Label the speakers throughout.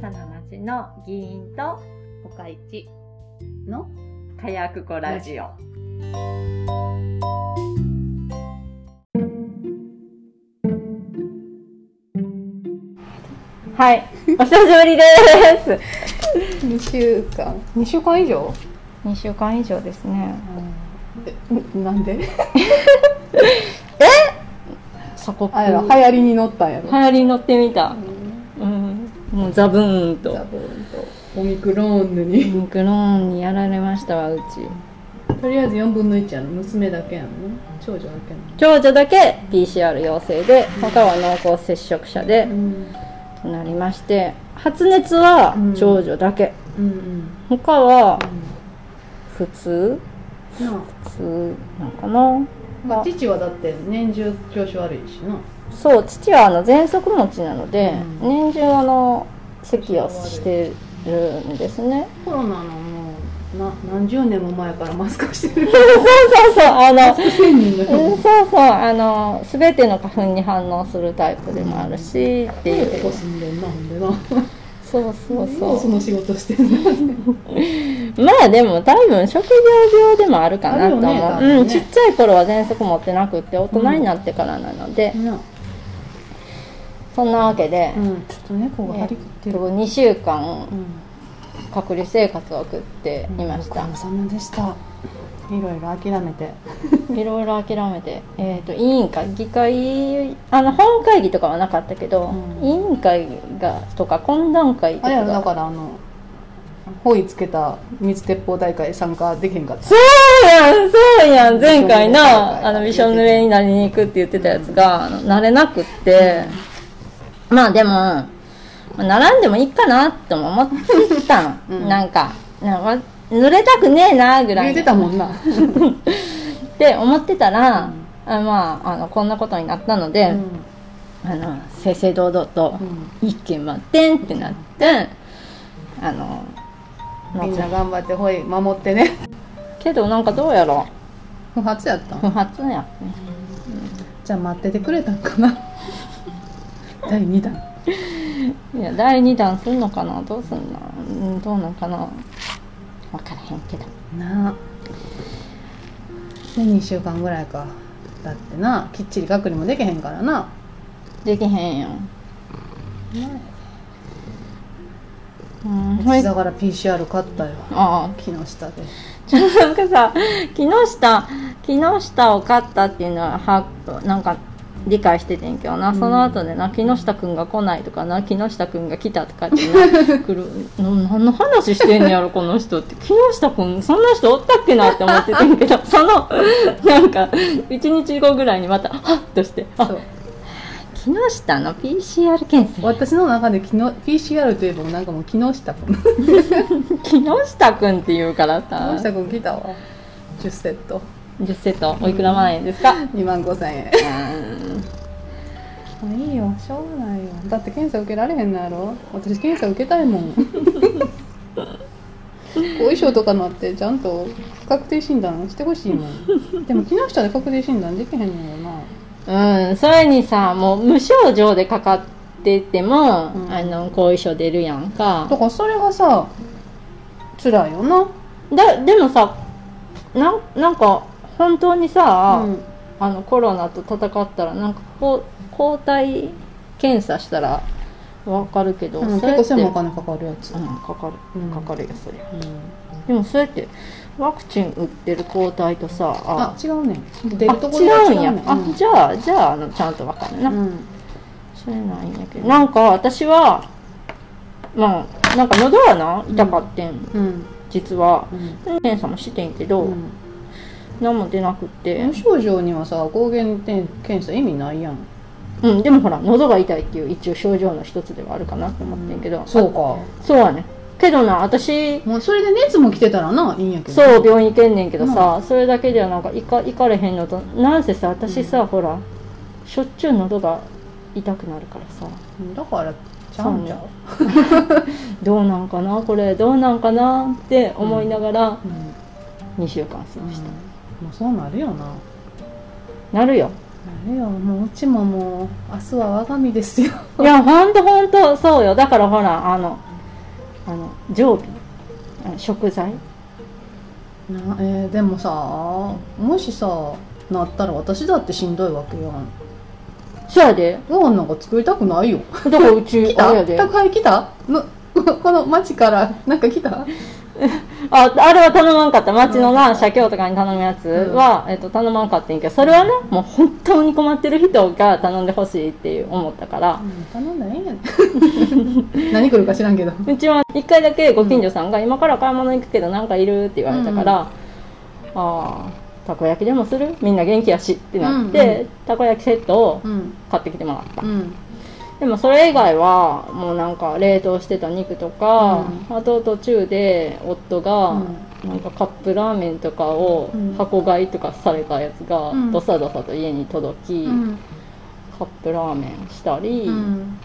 Speaker 1: さな町の議員と
Speaker 2: 岡市の
Speaker 1: かやくこラジオ。はい、お久しぶりです。
Speaker 2: 2週間2週間以上
Speaker 1: 二週間以上ですね。
Speaker 2: えなんで
Speaker 1: 鎖国。
Speaker 2: あやろ流
Speaker 1: 流
Speaker 2: 行りに乗ったんやろ、
Speaker 1: 行りに乗ってみた
Speaker 2: う。ん
Speaker 1: うん、もうザブーン
Speaker 2: 多
Speaker 1: と。
Speaker 2: 分とオミクローンに
Speaker 1: ミクローンにやられましたわうち。
Speaker 2: とりあえず4分の1やの娘だけやの長女だけ
Speaker 1: 長女だけ PCR 陽性で他は濃厚接触者で
Speaker 2: やのうん
Speaker 1: となりまして発熱は
Speaker 2: うん
Speaker 1: 長女だけ、
Speaker 2: うんうん
Speaker 1: 他は普通
Speaker 2: な
Speaker 1: 普通なんかな
Speaker 2: あ父はだって年中調子悪いしな
Speaker 1: そう父はあの喘息持ちなので、
Speaker 2: うん
Speaker 1: 年中あの咳をしてるんですね
Speaker 2: コロナのもうな何十年も前からマスクしてる
Speaker 1: そうそうあの
Speaker 2: 1000人の
Speaker 1: うん
Speaker 2: 人
Speaker 1: そうそうあの全ての花粉に反応するタイプでもあるしってい
Speaker 2: でこ
Speaker 1: う
Speaker 2: こ住んでんなほんでな
Speaker 1: そうそう
Speaker 2: もそ
Speaker 1: そ
Speaker 2: の仕事してんの
Speaker 1: うまあでも多分職業病でもあるかなと思う、
Speaker 2: あるよね多分ね
Speaker 1: うん、ちっちゃい頃は喘息持ってなくって大人になってからなので、
Speaker 2: な
Speaker 1: そんなわけで、
Speaker 2: うん、ちょっと猫が張り切ってる。
Speaker 1: 僕2週間
Speaker 2: うん、
Speaker 1: 隔離生活を送っていまし
Speaker 2: お疲
Speaker 1: た
Speaker 2: れ、様でした。いろいろ諦めて。
Speaker 1: いろいろ諦めて、えー、と委員会議会あの本会議とかはなかったけど、
Speaker 2: うん
Speaker 1: 委員会がとか懇談会と
Speaker 2: あ
Speaker 1: か
Speaker 2: れやろ
Speaker 1: が
Speaker 2: だからあの包囲つけた水鉄砲大会参加できへんかった。
Speaker 1: そうやんそうやん前回な
Speaker 2: うん
Speaker 1: あのびしょ濡れになりに行くって言ってたやつが、あの慣れなくって、まあでも、まあ、並んでもいいかなとも思ってきたん、
Speaker 2: うん
Speaker 1: なんかなわ濡れたくねえなぐら
Speaker 2: 言
Speaker 1: いう
Speaker 2: てたもんな。
Speaker 1: って思ってたら、
Speaker 2: うん
Speaker 1: あまああのこんなことになったので、あの正々堂々と
Speaker 2: うん
Speaker 1: 「一軒待ってん」ってなって、あの
Speaker 2: みんな頑張って包囲守って ね。
Speaker 1: けどなんかどうやら
Speaker 2: 不発やった
Speaker 1: 不
Speaker 2: ん。
Speaker 1: 発やね
Speaker 2: じゃあ待っててくれたんかな。第二弾。
Speaker 1: いや第2弾すんのかなどうすんのうんどうなんかな分からへんけど
Speaker 2: なあ。で二週間ぐらいか。だってなきっちり隔離もできへんからな。
Speaker 1: できへんようんほい
Speaker 2: だから PCR 買ったよ。
Speaker 1: ああ
Speaker 2: 木下で。
Speaker 1: ちょっとなんかさ木下木下を勝ったっていうのははなんか理解しててんけどな、
Speaker 2: うん
Speaker 1: その後でな木下くんが来ないとかな木下くんが来たとかってな来 るな何の話してんねやろこの人って木下くんそんな人おったっけなって思っててんけ どそのなんか1日後ぐらいにまたハッとして
Speaker 2: そ
Speaker 1: あ
Speaker 2: う
Speaker 1: 木下の PCR 検査
Speaker 2: 私の中できの PCR といえばなんかもう木下君
Speaker 1: 木下くんって言うから
Speaker 2: 木
Speaker 1: さ
Speaker 2: 下君来たわ10セット
Speaker 1: 10セットおいくら万円ですか、
Speaker 2: 2万5000円
Speaker 1: うーん
Speaker 2: いいよしょうがないよだって検査受けられへんのやろ私検査受けたいもん 後遺症とかなってちゃんと確定診断してほしいもんでも木下で確定診断できへんのよな
Speaker 1: うん、それにさもう無症状でかかってても、
Speaker 2: うん
Speaker 1: あの後遺症出るやんか
Speaker 2: だからそれがさ辛いよな
Speaker 1: だでもさなんなんか本当にさ、
Speaker 2: うん
Speaker 1: あのコロナと戦ったらなんかこう抗体検査したらわかるけど、
Speaker 2: うん
Speaker 1: それっ
Speaker 2: 結構
Speaker 1: て
Speaker 2: それもお金かかるやつ、
Speaker 1: うん、かか
Speaker 2: うん
Speaker 1: るかかるよそりゃ
Speaker 2: うん
Speaker 1: でもそうやってワクチン打ってる抗体とさあ
Speaker 2: あ違うね
Speaker 1: あ
Speaker 2: 出るところ
Speaker 1: 違
Speaker 2: が
Speaker 1: うんや、
Speaker 2: ね
Speaker 1: あじゃあじゃああのちゃんとわかるな、
Speaker 2: うん
Speaker 1: それないんだけどなんか私はまあなんか喉はな痛かってん、
Speaker 2: うん
Speaker 1: 実は
Speaker 2: うん
Speaker 1: 検査もしてんけど、
Speaker 2: うん
Speaker 1: 何も出なくって
Speaker 2: 無症状にはさ抗原点検査意味ないやん
Speaker 1: うんでもほら喉が痛いっていう一応症状の一つではあるかなと思ってんけど、
Speaker 2: そうか
Speaker 1: あそうやねけどな私
Speaker 2: もうそれで熱も来てたらないいんやけど
Speaker 1: そう病院行けんねんけどさ、それだけではなんか行か行かれへんのとなんせさ私さ、
Speaker 2: うん
Speaker 1: ほらしょっちゅう喉が痛くなるからさ
Speaker 2: だからちゃうんちゃう
Speaker 1: どうなんかなこれどうなんかなって思いながら
Speaker 2: うん、うん
Speaker 1: 2週間過ごした、
Speaker 2: もうそうなるよな
Speaker 1: なるよ
Speaker 2: なるよもううちももう明日は我が身ですよ
Speaker 1: いや、ほんとほんと、そうよ。だからほら、あの、あの常備あ食材
Speaker 2: なえーでもさもしさなったら私だってしんどいわけやん
Speaker 1: そやで
Speaker 2: ご飯なんか作りたくないよ
Speaker 1: だからうち
Speaker 2: 来
Speaker 1: あれ
Speaker 2: た
Speaker 1: やで
Speaker 2: 宅配来たむ この町からなんか来た
Speaker 1: ああれは頼まんかった町の
Speaker 2: うん
Speaker 1: な社協とかに頼むやつは、えっと、頼まんかったんやけどそれはねもう本当に困ってる人が頼んでほしいっていう思ったから
Speaker 2: 頼んだらええんやん 何来るか知らんけど
Speaker 1: うちは一回だけご近所さんが「今から買い物行くけどなんかいる?」って言われたから「ああたこ焼きでもするみんな元気やし」ってなって、
Speaker 2: うんうん
Speaker 1: たこ焼きセットを
Speaker 2: うん
Speaker 1: 買ってきてもらった
Speaker 2: うん
Speaker 1: でもそれ以外はもうなんか冷凍してた肉とか、あと途中で夫が、なんかカップラーメンとかを
Speaker 2: うん
Speaker 1: 箱買いとかされたやつが
Speaker 2: うん
Speaker 1: どさどさと家に届き、
Speaker 2: うん
Speaker 1: カップラーメンしたり、
Speaker 2: うん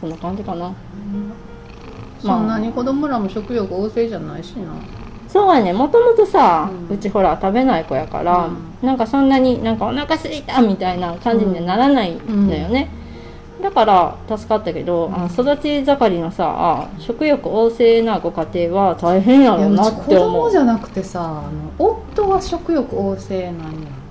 Speaker 1: そんな感じかな
Speaker 2: そんなに子供らも食欲旺盛じゃないしな
Speaker 1: そうやねもともとさ、
Speaker 2: う
Speaker 1: うんちほら食べない子やから、
Speaker 2: うん
Speaker 1: なんかそんなになんかお腹すいたみたいな感じにはならないんだよね、だから助かったけど、あの育ち盛りのさ食欲旺盛なご家庭は大変や
Speaker 2: いや
Speaker 1: ろう
Speaker 2: う
Speaker 1: な
Speaker 2: ち
Speaker 1: っ
Speaker 2: 子
Speaker 1: て思
Speaker 2: 供
Speaker 1: う
Speaker 2: じゃなくてさあの夫は食欲旺盛なんや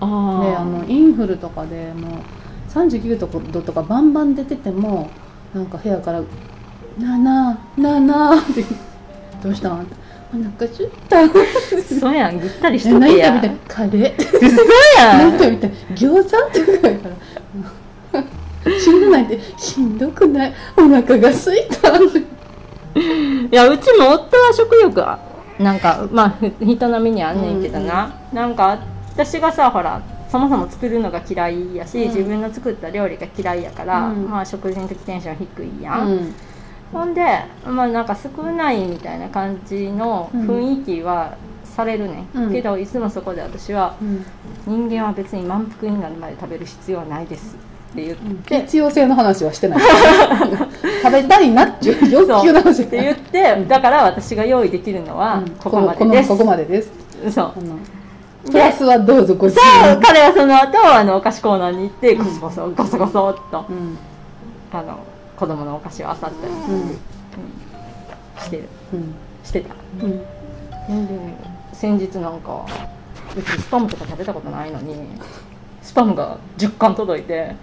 Speaker 1: あ
Speaker 2: であ
Speaker 1: ー
Speaker 2: のインフルとかでもう39度とかバンバン出ててもなんか部屋から「なあなあなあなあ」って「どうしたん?」って「お腹すいた」
Speaker 1: そうやんぐったりし
Speaker 2: え
Speaker 1: と
Speaker 2: 泣
Speaker 1: け
Speaker 2: いた
Speaker 1: や
Speaker 2: みたいな「カレー」
Speaker 1: 嘘や
Speaker 2: 泣い
Speaker 1: ん
Speaker 2: たみたいな「餃子」って言うから「しんどない」って「しんどくないお腹がすいた」
Speaker 1: いやうちも夫は食欲はなんかまあふ人並みにはあんねんけどな、なんか私がさほらそもそも作るのが嫌いやし、
Speaker 2: うん
Speaker 1: 自分の作った料理が嫌いやから、
Speaker 2: うん
Speaker 1: まあ食人的テンション低いやん、
Speaker 2: うん
Speaker 1: ほんでまあなんか少ないみたいな感じの雰囲気はされるね、
Speaker 2: うん
Speaker 1: ん、けどいつもそこで私は
Speaker 2: うん
Speaker 1: 「人間は別に満腹になるまで食べる必要はないです」って言って。
Speaker 2: 必要性の話はしてない食べたいなっていう欲求の話
Speaker 1: そうって言ってだから私が用意できるのは
Speaker 2: うん
Speaker 1: ここまでです、
Speaker 2: このここまでです
Speaker 1: そう
Speaker 2: あの
Speaker 1: で
Speaker 2: プラスはどうぞご自
Speaker 1: そう
Speaker 2: 由に
Speaker 1: 彼はその後あのお菓子コーナーに行ってゴソゴソゴソゴソっと
Speaker 2: うん
Speaker 1: あの子供のお菓子を漁ったり
Speaker 2: うん
Speaker 1: してる
Speaker 2: うん
Speaker 1: してた
Speaker 2: うん
Speaker 1: 先日なんかうちスパムとか食べたことないのにスパムが10巻届いて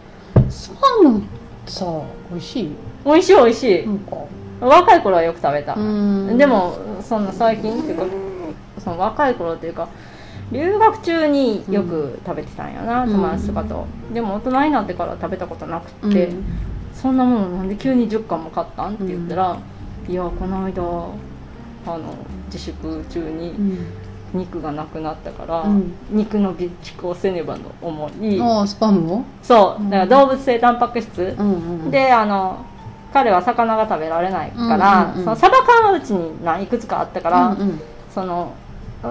Speaker 2: スパムさ美味しい
Speaker 1: 美味しい美味しい
Speaker 2: なんか
Speaker 1: 若い頃はよく食べた
Speaker 2: ん
Speaker 1: でもそんな最近っていうかその若い頃っていうか留学中によく食べてたんやな、
Speaker 2: うん
Speaker 1: 友達とかとでも大人になってから食べたことなく
Speaker 2: う
Speaker 1: っ
Speaker 2: ん
Speaker 1: て、そんなものなんで急に10巻も買ったんって言ったら、いやこの間あの自粛中に肉がなくなったから、
Speaker 2: うん
Speaker 1: 肉の備蓄をせねばと思い、
Speaker 2: うんああスパムを
Speaker 1: そう
Speaker 2: うん
Speaker 1: だから動物性タンパク質
Speaker 2: う、んうん
Speaker 1: であの彼は魚が食べられないから、
Speaker 2: うんうんうん
Speaker 1: そのサバ缶はうちにないくつかあったから、
Speaker 2: うんうん
Speaker 1: その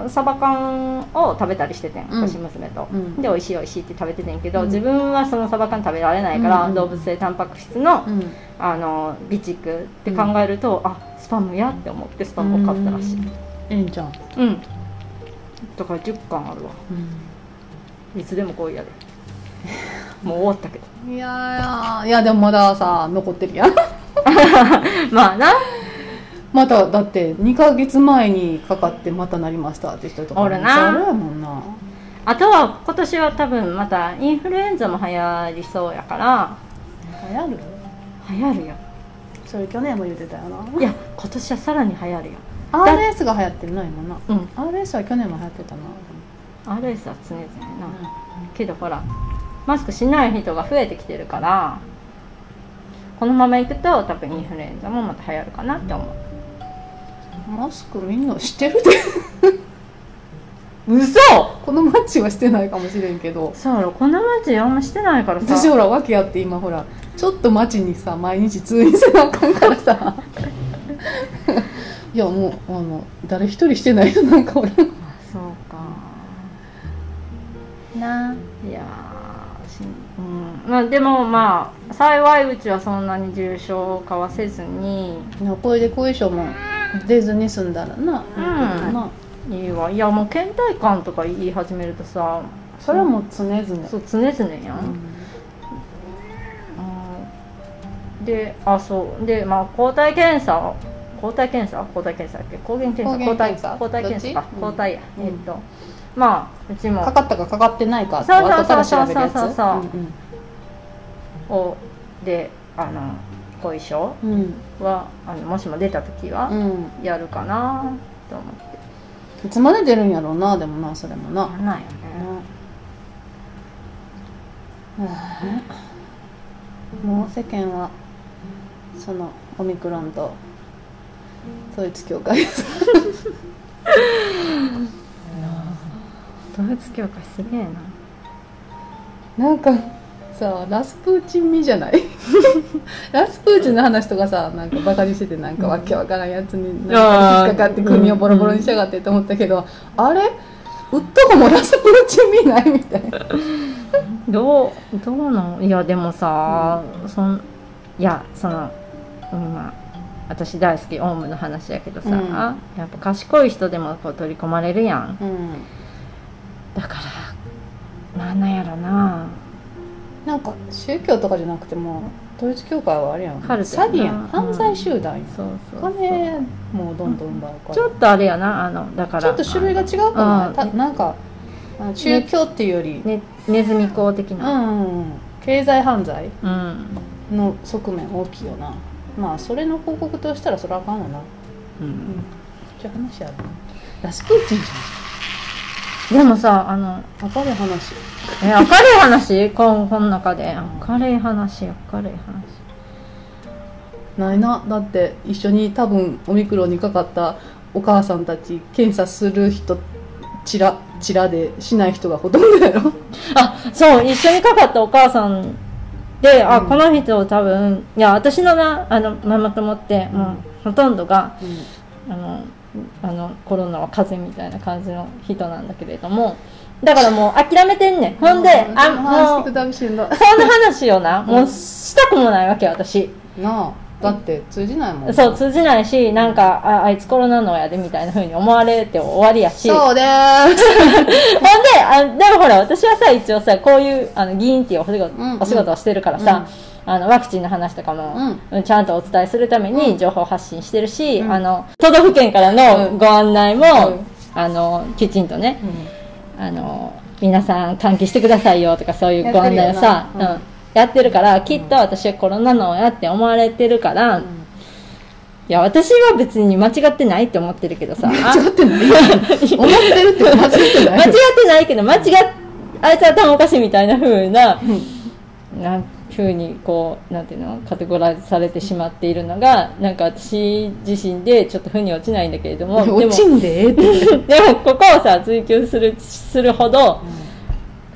Speaker 1: サバ缶を食べたりしててん
Speaker 2: うん
Speaker 1: 私娘と、
Speaker 2: うん
Speaker 1: で美味しい美味しいって食べててんけど、
Speaker 2: うん
Speaker 1: 自分はそのサバ缶食べられないから、
Speaker 2: うんうん
Speaker 1: 動物性タンパク質の
Speaker 2: うん
Speaker 1: あの備蓄って考えると、あスパムやって思ってスパムを買ったらしい
Speaker 2: ええんちゃん
Speaker 1: うん、だから10巻あるわいつでもこ うやでもう終わったけど
Speaker 2: いやーいやでもまださ残ってるやん
Speaker 1: まあな
Speaker 2: まただって2ヶ月前にかかってまたなりましたって人とか
Speaker 1: おるな
Speaker 2: めっちゃあるやもんな
Speaker 1: あとは今年は多分またインフルエンザも流行りそうやから
Speaker 2: 流行る
Speaker 1: 流行るよ
Speaker 2: それ去年も言ってたよない
Speaker 1: や今年はさらに流行るよ
Speaker 2: RS が流行ってるな今な
Speaker 1: うん
Speaker 2: RS は去年も流行ってたな
Speaker 1: RS は常々やな、けどほらマスクしない人が増えてきてるからこのままいくと多分インフルエンザもまた流行るかなって思う
Speaker 2: マスクみんなしてるで
Speaker 1: 嘘
Speaker 2: このマッチはしてないかもしれんけど
Speaker 1: そうやろこの街あんましてないからさ
Speaker 2: 私ほら訳あって今ほらちょっと街にさ毎日通院せなあかんからさ いやもうあの誰一人してないよなんか俺
Speaker 1: あそうかないやーしうんまあ、でもまあ幸いうちはそんなに重症化はせずに
Speaker 2: いやこれで後遺症も出ずに済んだらな、
Speaker 1: うん
Speaker 2: ない
Speaker 1: いわいやもう倦怠感とか言い始めるとさ
Speaker 2: それはもう常々、
Speaker 1: そう常々やんであそうでまあ抗体検査抗体検査抗体検査だっけ抗原検査
Speaker 2: 抗原検査
Speaker 1: 抗体抗体検査か
Speaker 2: どっち
Speaker 1: 抗体や、
Speaker 2: うん
Speaker 1: えっとまあうちも
Speaker 2: かかったかかかってないかって
Speaker 1: そうそう
Speaker 2: 後から調べるやつ
Speaker 1: そうそうそうそう
Speaker 2: うん
Speaker 1: をであの後遺症
Speaker 2: うん
Speaker 1: はあのもしも出た時
Speaker 2: う
Speaker 1: は
Speaker 2: んうん
Speaker 1: やるかなと思って
Speaker 2: いつまで出るんやろうなでもなそれもな、
Speaker 1: やんないよね
Speaker 2: うんもう世間はそのオミクロンと統一教会
Speaker 1: 統一教会すげえな
Speaker 2: なんかさラスプーチン味じゃない ラスプーチンの話とかさなんかバカにしててなんかわけわからんやつになんか引っかかって
Speaker 1: あー
Speaker 2: 組をボロボロにしやがってと思ったけど、あれウッドホもラスプーチン味ないみたいな
Speaker 1: どうどうなんいやでもさ、そんいやその、うん、まあ私大好きオウムの話やけどさ、
Speaker 2: うん
Speaker 1: やっぱ賢い人でもこう取り込まれるやん
Speaker 2: うん
Speaker 1: だからなんなんやろな
Speaker 2: なんか宗教とかじゃなくても統一教会はあれやん
Speaker 1: カルトやな
Speaker 2: 詐欺や
Speaker 1: うん
Speaker 2: ん犯罪集団やん
Speaker 1: そうそう
Speaker 2: お
Speaker 1: そう
Speaker 2: 金もどんどん奪うから
Speaker 1: ちょっとあれやなあのだから
Speaker 2: ちょっと種類が違う
Speaker 1: う
Speaker 2: か
Speaker 1: ん
Speaker 2: らなんかあの宗教っていうより、
Speaker 1: ね、ネズミ講的
Speaker 2: う
Speaker 1: な、
Speaker 2: んうんうん経済犯罪
Speaker 1: うん
Speaker 2: の側面大きいよなまあそれの広告としたらそれはあかんわな
Speaker 1: うん、
Speaker 2: じゃあ話やるラスプーチンじ
Speaker 1: でもさあの
Speaker 2: ゃん明るい話
Speaker 1: え明るい話こんこの中で明るい話明るい話
Speaker 2: ないなだって一緒に多分オミクロンにかかったお母さんたち検査する人チラチラでしない人がほとんどやろ
Speaker 1: あそう一緒にかかったお母さんで、あ
Speaker 2: うん
Speaker 1: この人多分いや私のなあのママ友ってもうほとんどがあのあのコロナは風邪みたいな感じの人なんだけれどもだからもう諦めてんねんほんであ
Speaker 2: 話
Speaker 1: も
Speaker 2: 聞
Speaker 1: う
Speaker 2: くたびしんどい
Speaker 1: そんな話をなも
Speaker 2: う
Speaker 1: うんしたくもないわけ私
Speaker 2: なあだって通じないもん
Speaker 1: そう通じないしなんかああいつコロナのやでみたいな風に思われて終わりやし
Speaker 2: そうでーす
Speaker 1: ほんで あでもほら私はさ一応さこういうあの議員っていうお仕事,、
Speaker 2: うんうん
Speaker 1: お仕事をしてるからさ、あのワクチンの話とかも、
Speaker 2: うん
Speaker 1: ちゃんとお伝えするために情報発信してるし、
Speaker 2: うん
Speaker 1: あの都道府県からの
Speaker 2: うん
Speaker 1: ご案内も、
Speaker 2: うん
Speaker 1: あのきちんとね
Speaker 2: うん
Speaker 1: あの皆さん換気してくださいよとかそういうご案内を
Speaker 2: やっ
Speaker 1: さ
Speaker 2: てるよな
Speaker 1: うんやってるからきっと私はコロナのやって思われてるから、いや私は別に間違ってないって思ってるけどさあ
Speaker 2: 間違っ てない思ってるって間違ってな
Speaker 1: 間違
Speaker 2: い
Speaker 1: ってないけど間違っあいつ頭おかしいみたいな風なな風にこうなんていうのカテゴライズされてしまっているのがなんか私自身でちょっと腑に落ちないんだけれどもでも
Speaker 2: 落ちんでええって
Speaker 1: でも ここをさ追求するするほど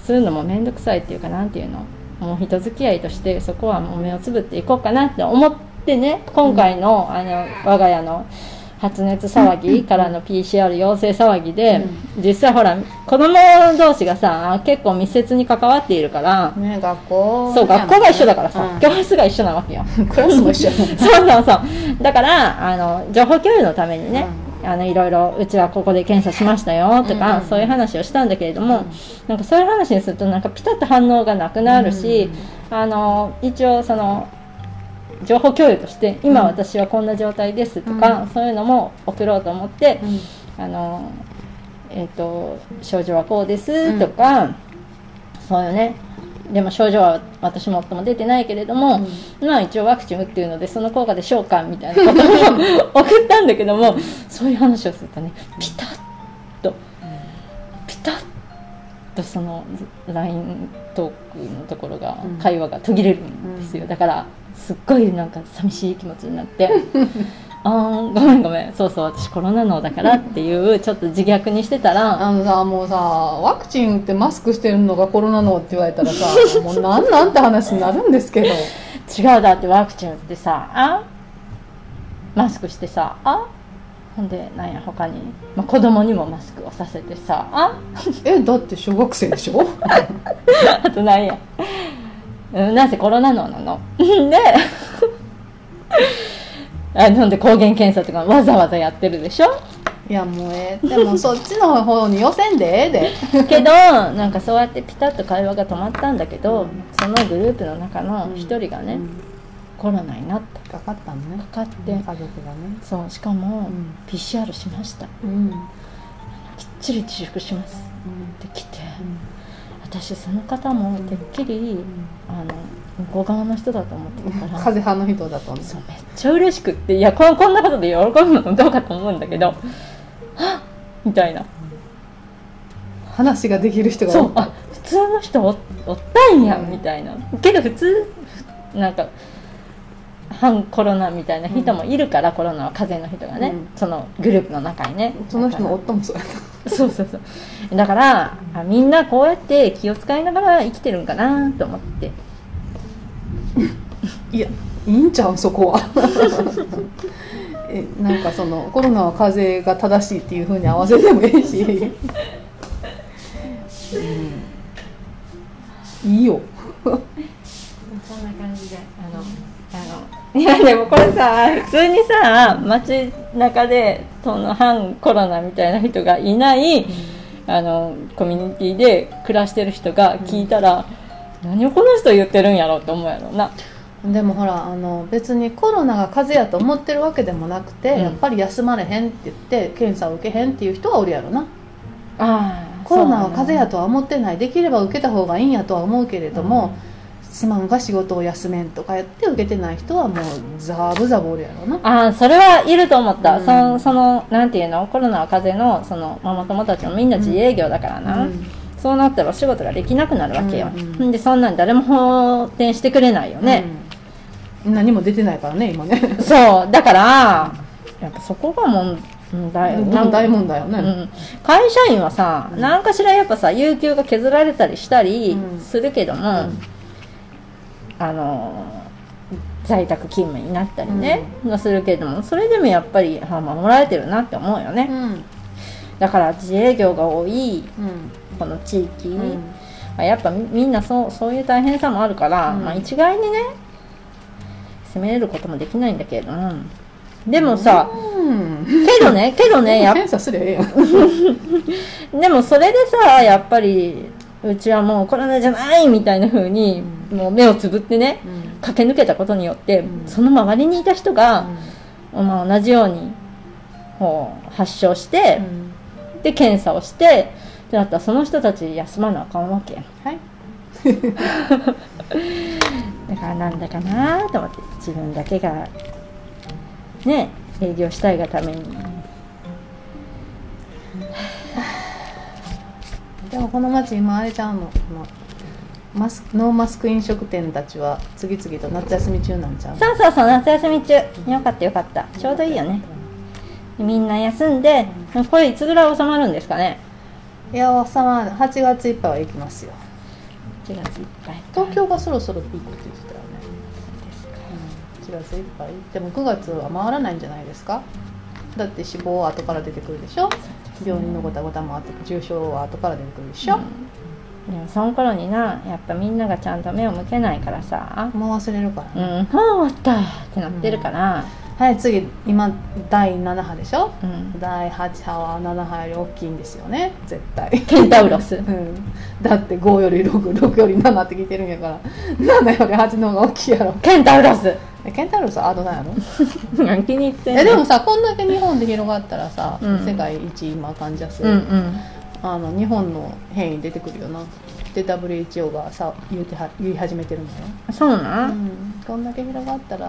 Speaker 1: するのも面倒くさいっていうかなんていうのもう人付き合いとしてそこはもう目をつぶっていこうかなって思ってね今回の,、あの我が家の発熱騒ぎからの PCR 陽性騒ぎで、実際ほら子供同士がさ結構密接に関わっているから、
Speaker 2: ね学校
Speaker 1: そう学校が一緒だからさ、
Speaker 2: うん
Speaker 1: 教室が一緒なわけよ
Speaker 2: クラスも一緒やもん
Speaker 1: そうそうそうだからあの情報共有のためにね、あのいろいろうちはここで検査しましたよとか、
Speaker 2: うんうん
Speaker 1: そういう話をしたんだけれども、
Speaker 2: うん
Speaker 1: なんかそういう話にするとなんかピタッと反応がなくなるし、あの一応その情報共有として今
Speaker 2: うん
Speaker 1: 私はこんな状態ですとか、
Speaker 2: うん
Speaker 1: そういうのも送ろうと思って
Speaker 2: う、ん
Speaker 1: あのえっ、と症状はこうですとか、そうよねでも症状は私もっとも出てないけれども、まあ一応ワクチン打ってるのでその効果でしょうかみたいなことを 送ったんだけどもそういう話をするとねピタッとピタッとその LINE トークのところが
Speaker 2: うん
Speaker 1: 会話が途切れるんですよ、だからすっごいなんか寂しい気持ちになってあーごめんごめんそうそう私コロナのだからっていうちょっと自虐にしてたら
Speaker 2: あのさもうさワクチン打ってマスクしてるのがコロナのって言われたらさもうなんなんて話になるんですけど
Speaker 1: 違うだってワクチン打ってさあマスクしてさあほんでなんや他に、まあ、子供にもマスクをさせてさあ
Speaker 2: えだって小学生でしょ
Speaker 1: あとなんや。うんなんせコロナのなの。 で、あなんで抗原検査とかわざわざやってるでしょ
Speaker 2: いやもうええでもそっちの方に寄せんでええで
Speaker 1: けど、なんかそうやってピタッと会話が止まったんだけど、そのグループの中の一人がね、コロナになった
Speaker 2: かかったのね
Speaker 1: かかって、
Speaker 2: 家族がね
Speaker 1: そうしかも、
Speaker 2: ん
Speaker 1: PCR しました
Speaker 2: うん
Speaker 1: きっちり自粛しますって来て
Speaker 2: う
Speaker 1: 私その方もてっきり
Speaker 2: ん
Speaker 1: あの向こう側の人だと思ってたから
Speaker 2: 風派の人だとね
Speaker 1: そうめっちゃ嬉しくっていやここんなことで喜ぶのもどうかと思うんだけどあみたいな
Speaker 2: 話ができる人が
Speaker 1: そう
Speaker 2: 多か
Speaker 1: あ
Speaker 2: っ
Speaker 1: 普通の人おおったんや
Speaker 2: うん
Speaker 1: みたいなけど普通なんか反コロナみたいな人もいるから、コロナは風邪の人がね、
Speaker 2: うん
Speaker 1: そのグループの中にね
Speaker 2: たその人の
Speaker 1: だか
Speaker 2: 夫もそうやっ
Speaker 1: らそうそうそうだからあみんなこうやって気を使いながら生きてるんかなと思って
Speaker 2: たいやいいんちゃうそこは えなんかそのコロナは風邪が正しいっていうふうに合わせてもいいし、うん、いいよ
Speaker 1: そんな感じであのあのいやでもこれさ普通にさ街中でその反コロナみたいな人がいないあのコミュニティで暮らしてる人が聞いたら、何をこの人言ってるんやろって思うやろな
Speaker 2: でもほらあの別にコロナが風邪やと思ってるわけでもなくて、
Speaker 1: うん
Speaker 2: やっぱり休まれへんって言って検査を受けへんっていう人はおるやろな
Speaker 1: あ
Speaker 2: コロナは風邪やとは思ってないできれば受けた方がいいんやとは思うけれども、すまんが仕事を休めんとかやって受けてない人はもうザブザブおるやろな
Speaker 1: ああそれはいると思った、
Speaker 2: うん
Speaker 1: そのそのなんていうのコロナは風邪のそのママ友達もみんな自営業だからな、
Speaker 2: うん
Speaker 1: そうなったらお仕事ができなくなるわけよ、
Speaker 2: うん
Speaker 1: んでそんなん誰も放転してくれないよね、
Speaker 2: うん何も出てないからね今ね
Speaker 1: そうだからやっぱそこが問題よな
Speaker 2: 大問題よね、
Speaker 1: うん、会社員はさ
Speaker 2: うん
Speaker 1: 何かしらやっぱさ有給が削られたりしたり
Speaker 2: うん
Speaker 1: するけども、
Speaker 2: ん
Speaker 1: あの在宅勤務になったりね、がするけどもそれでもやっぱりあ守られてるなって思うよね、
Speaker 2: うん
Speaker 1: だから自営業が多い
Speaker 2: うん
Speaker 1: この地域、
Speaker 2: うん
Speaker 1: まあ、やっぱみみんなそうそういう大変さもあるから、
Speaker 2: うん
Speaker 1: まあ、一概にね責めれることもできないんだけれどもでもさ、
Speaker 2: うん
Speaker 1: けどねけどねやっ
Speaker 2: 検査すりゃええやん
Speaker 1: でもそれでさやっぱりうちはもうコロナじゃないみたいな風に、もう目をつぶってね駆け抜けたことによって、
Speaker 2: うん
Speaker 1: その周りにいた人が、まあ、同じようにこう発症して、
Speaker 2: うん
Speaker 1: で検査をしてってなったらその人たち休まなあかんわけやん
Speaker 2: はい
Speaker 1: だからなんだかなと思って自分だけがね営業したいがために
Speaker 2: でもこの町今あれちゃうのこのマスクノーマスク飲食店たちは次々と夏休み中なんちゃう
Speaker 1: そうそうそう夏休み中よかったよかったちょうどいいよねみんな休んでこれいつぐらい収まるんですかね
Speaker 2: いやおさま8月いっぱいは行きますよ
Speaker 1: 1月いっぱい
Speaker 2: 東京がそろそろピークって言ってたよね、
Speaker 1: ですか
Speaker 2: うん、4月いっぱいでも9月は回らないんじゃないですかだって死亡は後から出てくるでしょ病院のごたごたもあって重症は後から出てくるでしょ、
Speaker 1: うんでもその頃になやっぱみんながちゃんと目を向けないからさ
Speaker 2: もう忘れるから、
Speaker 1: うんああ終わったってなってるから、
Speaker 2: はい次今第7波でしょ
Speaker 1: うん、
Speaker 2: 第8波は7波より大きいんですよね絶対
Speaker 1: ケンタウロス
Speaker 2: うん、だって5より66より7って聞いてるんやから7より8の方が大きいやろ
Speaker 1: ケンタウロ ス
Speaker 2: えケンタロウさんアドなんやろ
Speaker 1: 気に入ってんね
Speaker 2: えでもさこんだけ日本で広がったらさ、
Speaker 1: うん
Speaker 2: 世界一今患者数、
Speaker 1: うんうん
Speaker 2: あの日本の変異出てくるよなで WHO がさ言うては言い始めてるんだよ、
Speaker 1: そうなん、
Speaker 2: うん、こんだけ広がったらう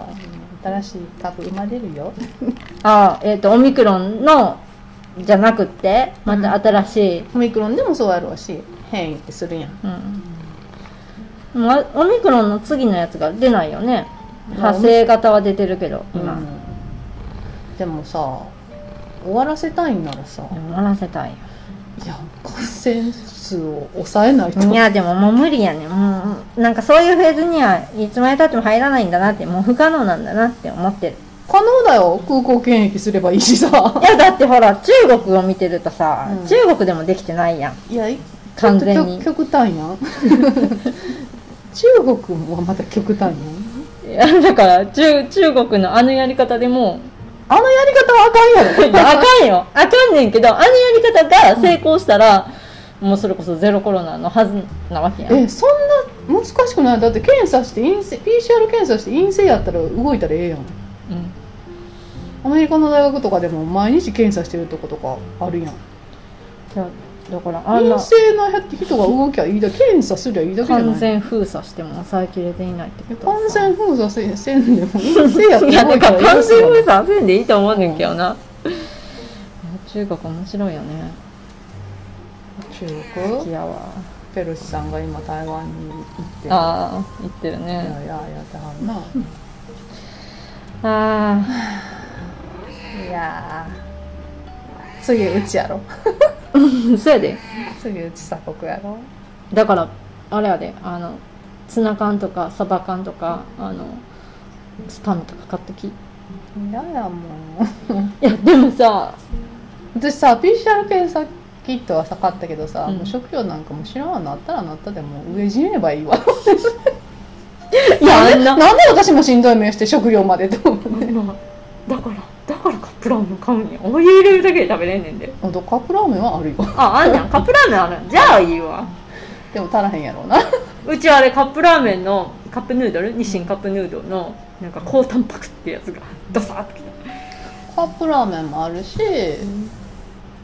Speaker 2: ん新しい株生まれるよ
Speaker 1: あえっ、とオミクロンのじゃなくってまた新しい、
Speaker 2: オミクロンでもそうやろうし変異ってするやん
Speaker 1: うんまオミクロンの次のやつが出ないよね
Speaker 2: うん
Speaker 1: 派生型は出てるけど今、
Speaker 2: うんでもさ終わらせたいんならさ、
Speaker 1: でも終わらせたい
Speaker 2: いや感染数を抑えないと
Speaker 1: よいやでももう無理やねもうなんかそういうフェーズにはいつまでたっても入らないんだなってもう不可能なんだなって思ってる
Speaker 2: 可能だよ空港検疫すればいいしさ
Speaker 1: いやだってほら中国を見てるとさ、
Speaker 2: うん
Speaker 1: 中国でもできてないやん
Speaker 2: いや
Speaker 1: 完全に
Speaker 2: ちょっと極極端や ん中国もまた極端やん
Speaker 1: いやだから中中国のあのやり方でもう
Speaker 2: あのやり方はあかんやろ
Speaker 1: いやあかんよあかんねんけどあのやり方が成功したら、もうそれこそゼロコロナのはずなわけやん
Speaker 2: えそんな難しくないだって検査して陰性 PCR 検査して陰性やったら動いたらええやん
Speaker 1: うん
Speaker 2: アメリカの大学とかでも毎日検査してるとことかあるやん
Speaker 1: じゃあだからあん
Speaker 2: 陰
Speaker 1: な
Speaker 2: 性な人が動きゃいいだけ検査すりゃいいだけじゃない
Speaker 1: 完全封鎖しても抑えきれていないってことは
Speaker 2: 完
Speaker 1: さ
Speaker 2: 全封鎖せせんでも陰性やっ
Speaker 1: い
Speaker 2: た
Speaker 1: や
Speaker 2: ら動
Speaker 1: だ
Speaker 2: いた
Speaker 1: からら
Speaker 2: らええや
Speaker 1: 完
Speaker 2: ん
Speaker 1: 全封鎖せんでいいと思うねんけどな、中国面白いよね
Speaker 2: 中
Speaker 1: 好き
Speaker 2: 国
Speaker 1: やわ
Speaker 2: ペロシさんが今台湾に行って
Speaker 1: ああ言ってる
Speaker 2: いや
Speaker 1: ね
Speaker 2: いややってはんな
Speaker 1: あ
Speaker 2: いやー次うちやろ
Speaker 1: あそうやで
Speaker 2: 次うち鎖国やろ
Speaker 1: だからあれやであのツナ缶とかサバ缶とかあのスパムとか買っときい
Speaker 2: 嫌やもん
Speaker 1: やでもさ
Speaker 2: 私さ PCR 検査キットはさ買ったけどさ、
Speaker 1: うん
Speaker 2: もう食料なんかも知らんわなったらなったでもう飢え死ねばいいわ
Speaker 1: いやあんな
Speaker 2: なんで私もしんどい目して食料までと思って
Speaker 1: だからだからカップラーメン買うんやお湯入れるだけで食べれんねんで
Speaker 2: あとカップラーメンはあるよ
Speaker 1: ああんじゃんカップラーメンあるんじゃあいいわ
Speaker 2: でも足らへんやろうな
Speaker 1: うちはあれカップラーメンのカップヌードル日清カップヌードルのなんか高タンパクってやつがドサーってきた
Speaker 2: カップラーメンもあるし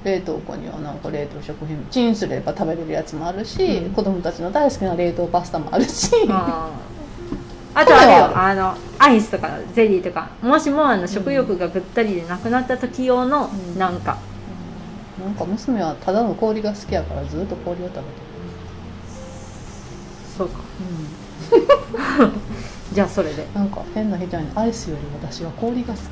Speaker 2: 冷凍庫にはなんか冷凍食品チンすれば食べれるやつもあるし、
Speaker 1: うん
Speaker 2: 子供たちの大好きな冷凍パスタもあるし
Speaker 1: ああとあれよあのアイスとかゼリーとかもしもあの食欲がぐったりでなくなった時用の
Speaker 2: うん
Speaker 1: なんか、
Speaker 2: なんか娘はただの氷が好きやからずっと氷を食べてる、
Speaker 1: そうかじゃあそれで
Speaker 2: なんか変な人にアイスより私は氷が好き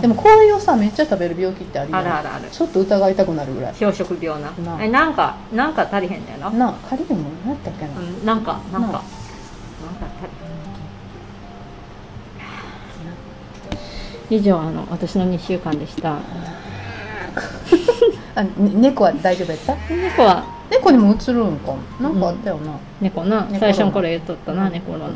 Speaker 2: でも氷をさめっちゃ食べる病気ってあるよ
Speaker 1: あ
Speaker 2: ね
Speaker 1: るあるある
Speaker 2: ちょっと疑いたくなるぐらい
Speaker 1: 氷食病な
Speaker 2: なあ
Speaker 1: えなんかなんか足りへんだよな、
Speaker 2: なあカリウム何やったっけな、
Speaker 1: うん、なんかなんか、なん
Speaker 2: なあ
Speaker 1: か足りへん以上あの私の2週間でした
Speaker 2: あね猫は大丈夫やった
Speaker 1: 猫は
Speaker 2: 猫にもうつるんかなんかあったよな、
Speaker 1: 猫な
Speaker 2: 猫ロナ
Speaker 1: 最初の頃言っとったな猫ロナ
Speaker 2: うん